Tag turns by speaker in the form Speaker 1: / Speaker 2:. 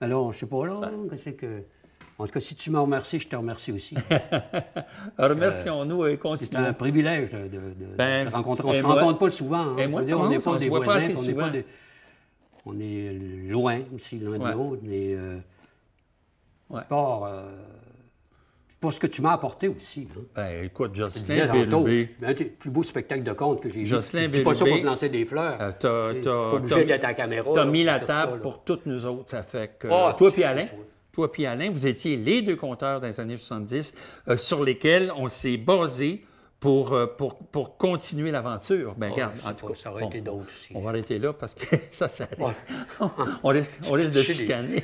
Speaker 1: Alors, je sais pas, Ben là, hein, qu'est-ce que... En tout cas, si tu me remercies, je te remercie aussi.
Speaker 2: Euh, Remercions-nous et
Speaker 1: C'est
Speaker 2: continuons.
Speaker 1: un privilège de, de- de-
Speaker 2: Ben,
Speaker 1: de te rencontrer. On
Speaker 2: et
Speaker 1: se
Speaker 2: moi-
Speaker 1: rencontre pas souvent. hein.
Speaker 2: et
Speaker 1: Je
Speaker 2: moi,
Speaker 1: veux dire, on n'est
Speaker 2: commence, on
Speaker 1: pas
Speaker 2: se
Speaker 1: des
Speaker 2: voit pas
Speaker 1: voisins,
Speaker 2: assez
Speaker 1: puis on n'est
Speaker 2: souvent.
Speaker 1: pas des- On est loin aussi, l'un
Speaker 2: Ouais.
Speaker 1: de l'autre, mais euh,
Speaker 2: Ouais.
Speaker 1: par, euh, pour ce que tu m'as apporté aussi. hein.
Speaker 2: Ben, écoute,
Speaker 1: Je disais
Speaker 2: Jocelyn
Speaker 1: tantôt,
Speaker 2: Bérubé,
Speaker 1: ben, t'es- plus beau spectacle de conte que j'ai vu.
Speaker 2: Jocelyn
Speaker 1: Je dis pas ça pour
Speaker 2: Bérubé,
Speaker 1: te lancer des fleurs.
Speaker 2: euh,
Speaker 1: Tu
Speaker 2: t'as-
Speaker 1: es
Speaker 2: t'as-
Speaker 1: pas
Speaker 2: t'as-
Speaker 1: obligé d'être à la caméra.
Speaker 2: t'as
Speaker 1: là,
Speaker 2: mis la
Speaker 1: faire ça,
Speaker 2: table
Speaker 1: là.
Speaker 2: pour toutes nous autres. Ça fait que
Speaker 1: Ah,
Speaker 2: toi
Speaker 1: tu
Speaker 2: puis
Speaker 1: sais,
Speaker 2: Alain,
Speaker 1: toi.
Speaker 2: toi puis Alain, vous étiez les deux compteurs dans les années 70 euh, sur lesquels on s'est basé pour, euh, pour, pour continuer l'aventure. Ben,
Speaker 1: Ah,
Speaker 2: regarde,
Speaker 1: je sais
Speaker 2: en tout
Speaker 1: pas,
Speaker 2: cas,
Speaker 1: ça aurait
Speaker 2: bon,
Speaker 1: été d'autres aussi.
Speaker 2: on va arrêter là parce que ça, ça
Speaker 1: Ouais.
Speaker 2: on risque, on risque de
Speaker 1: Chez les-
Speaker 2: chicaner.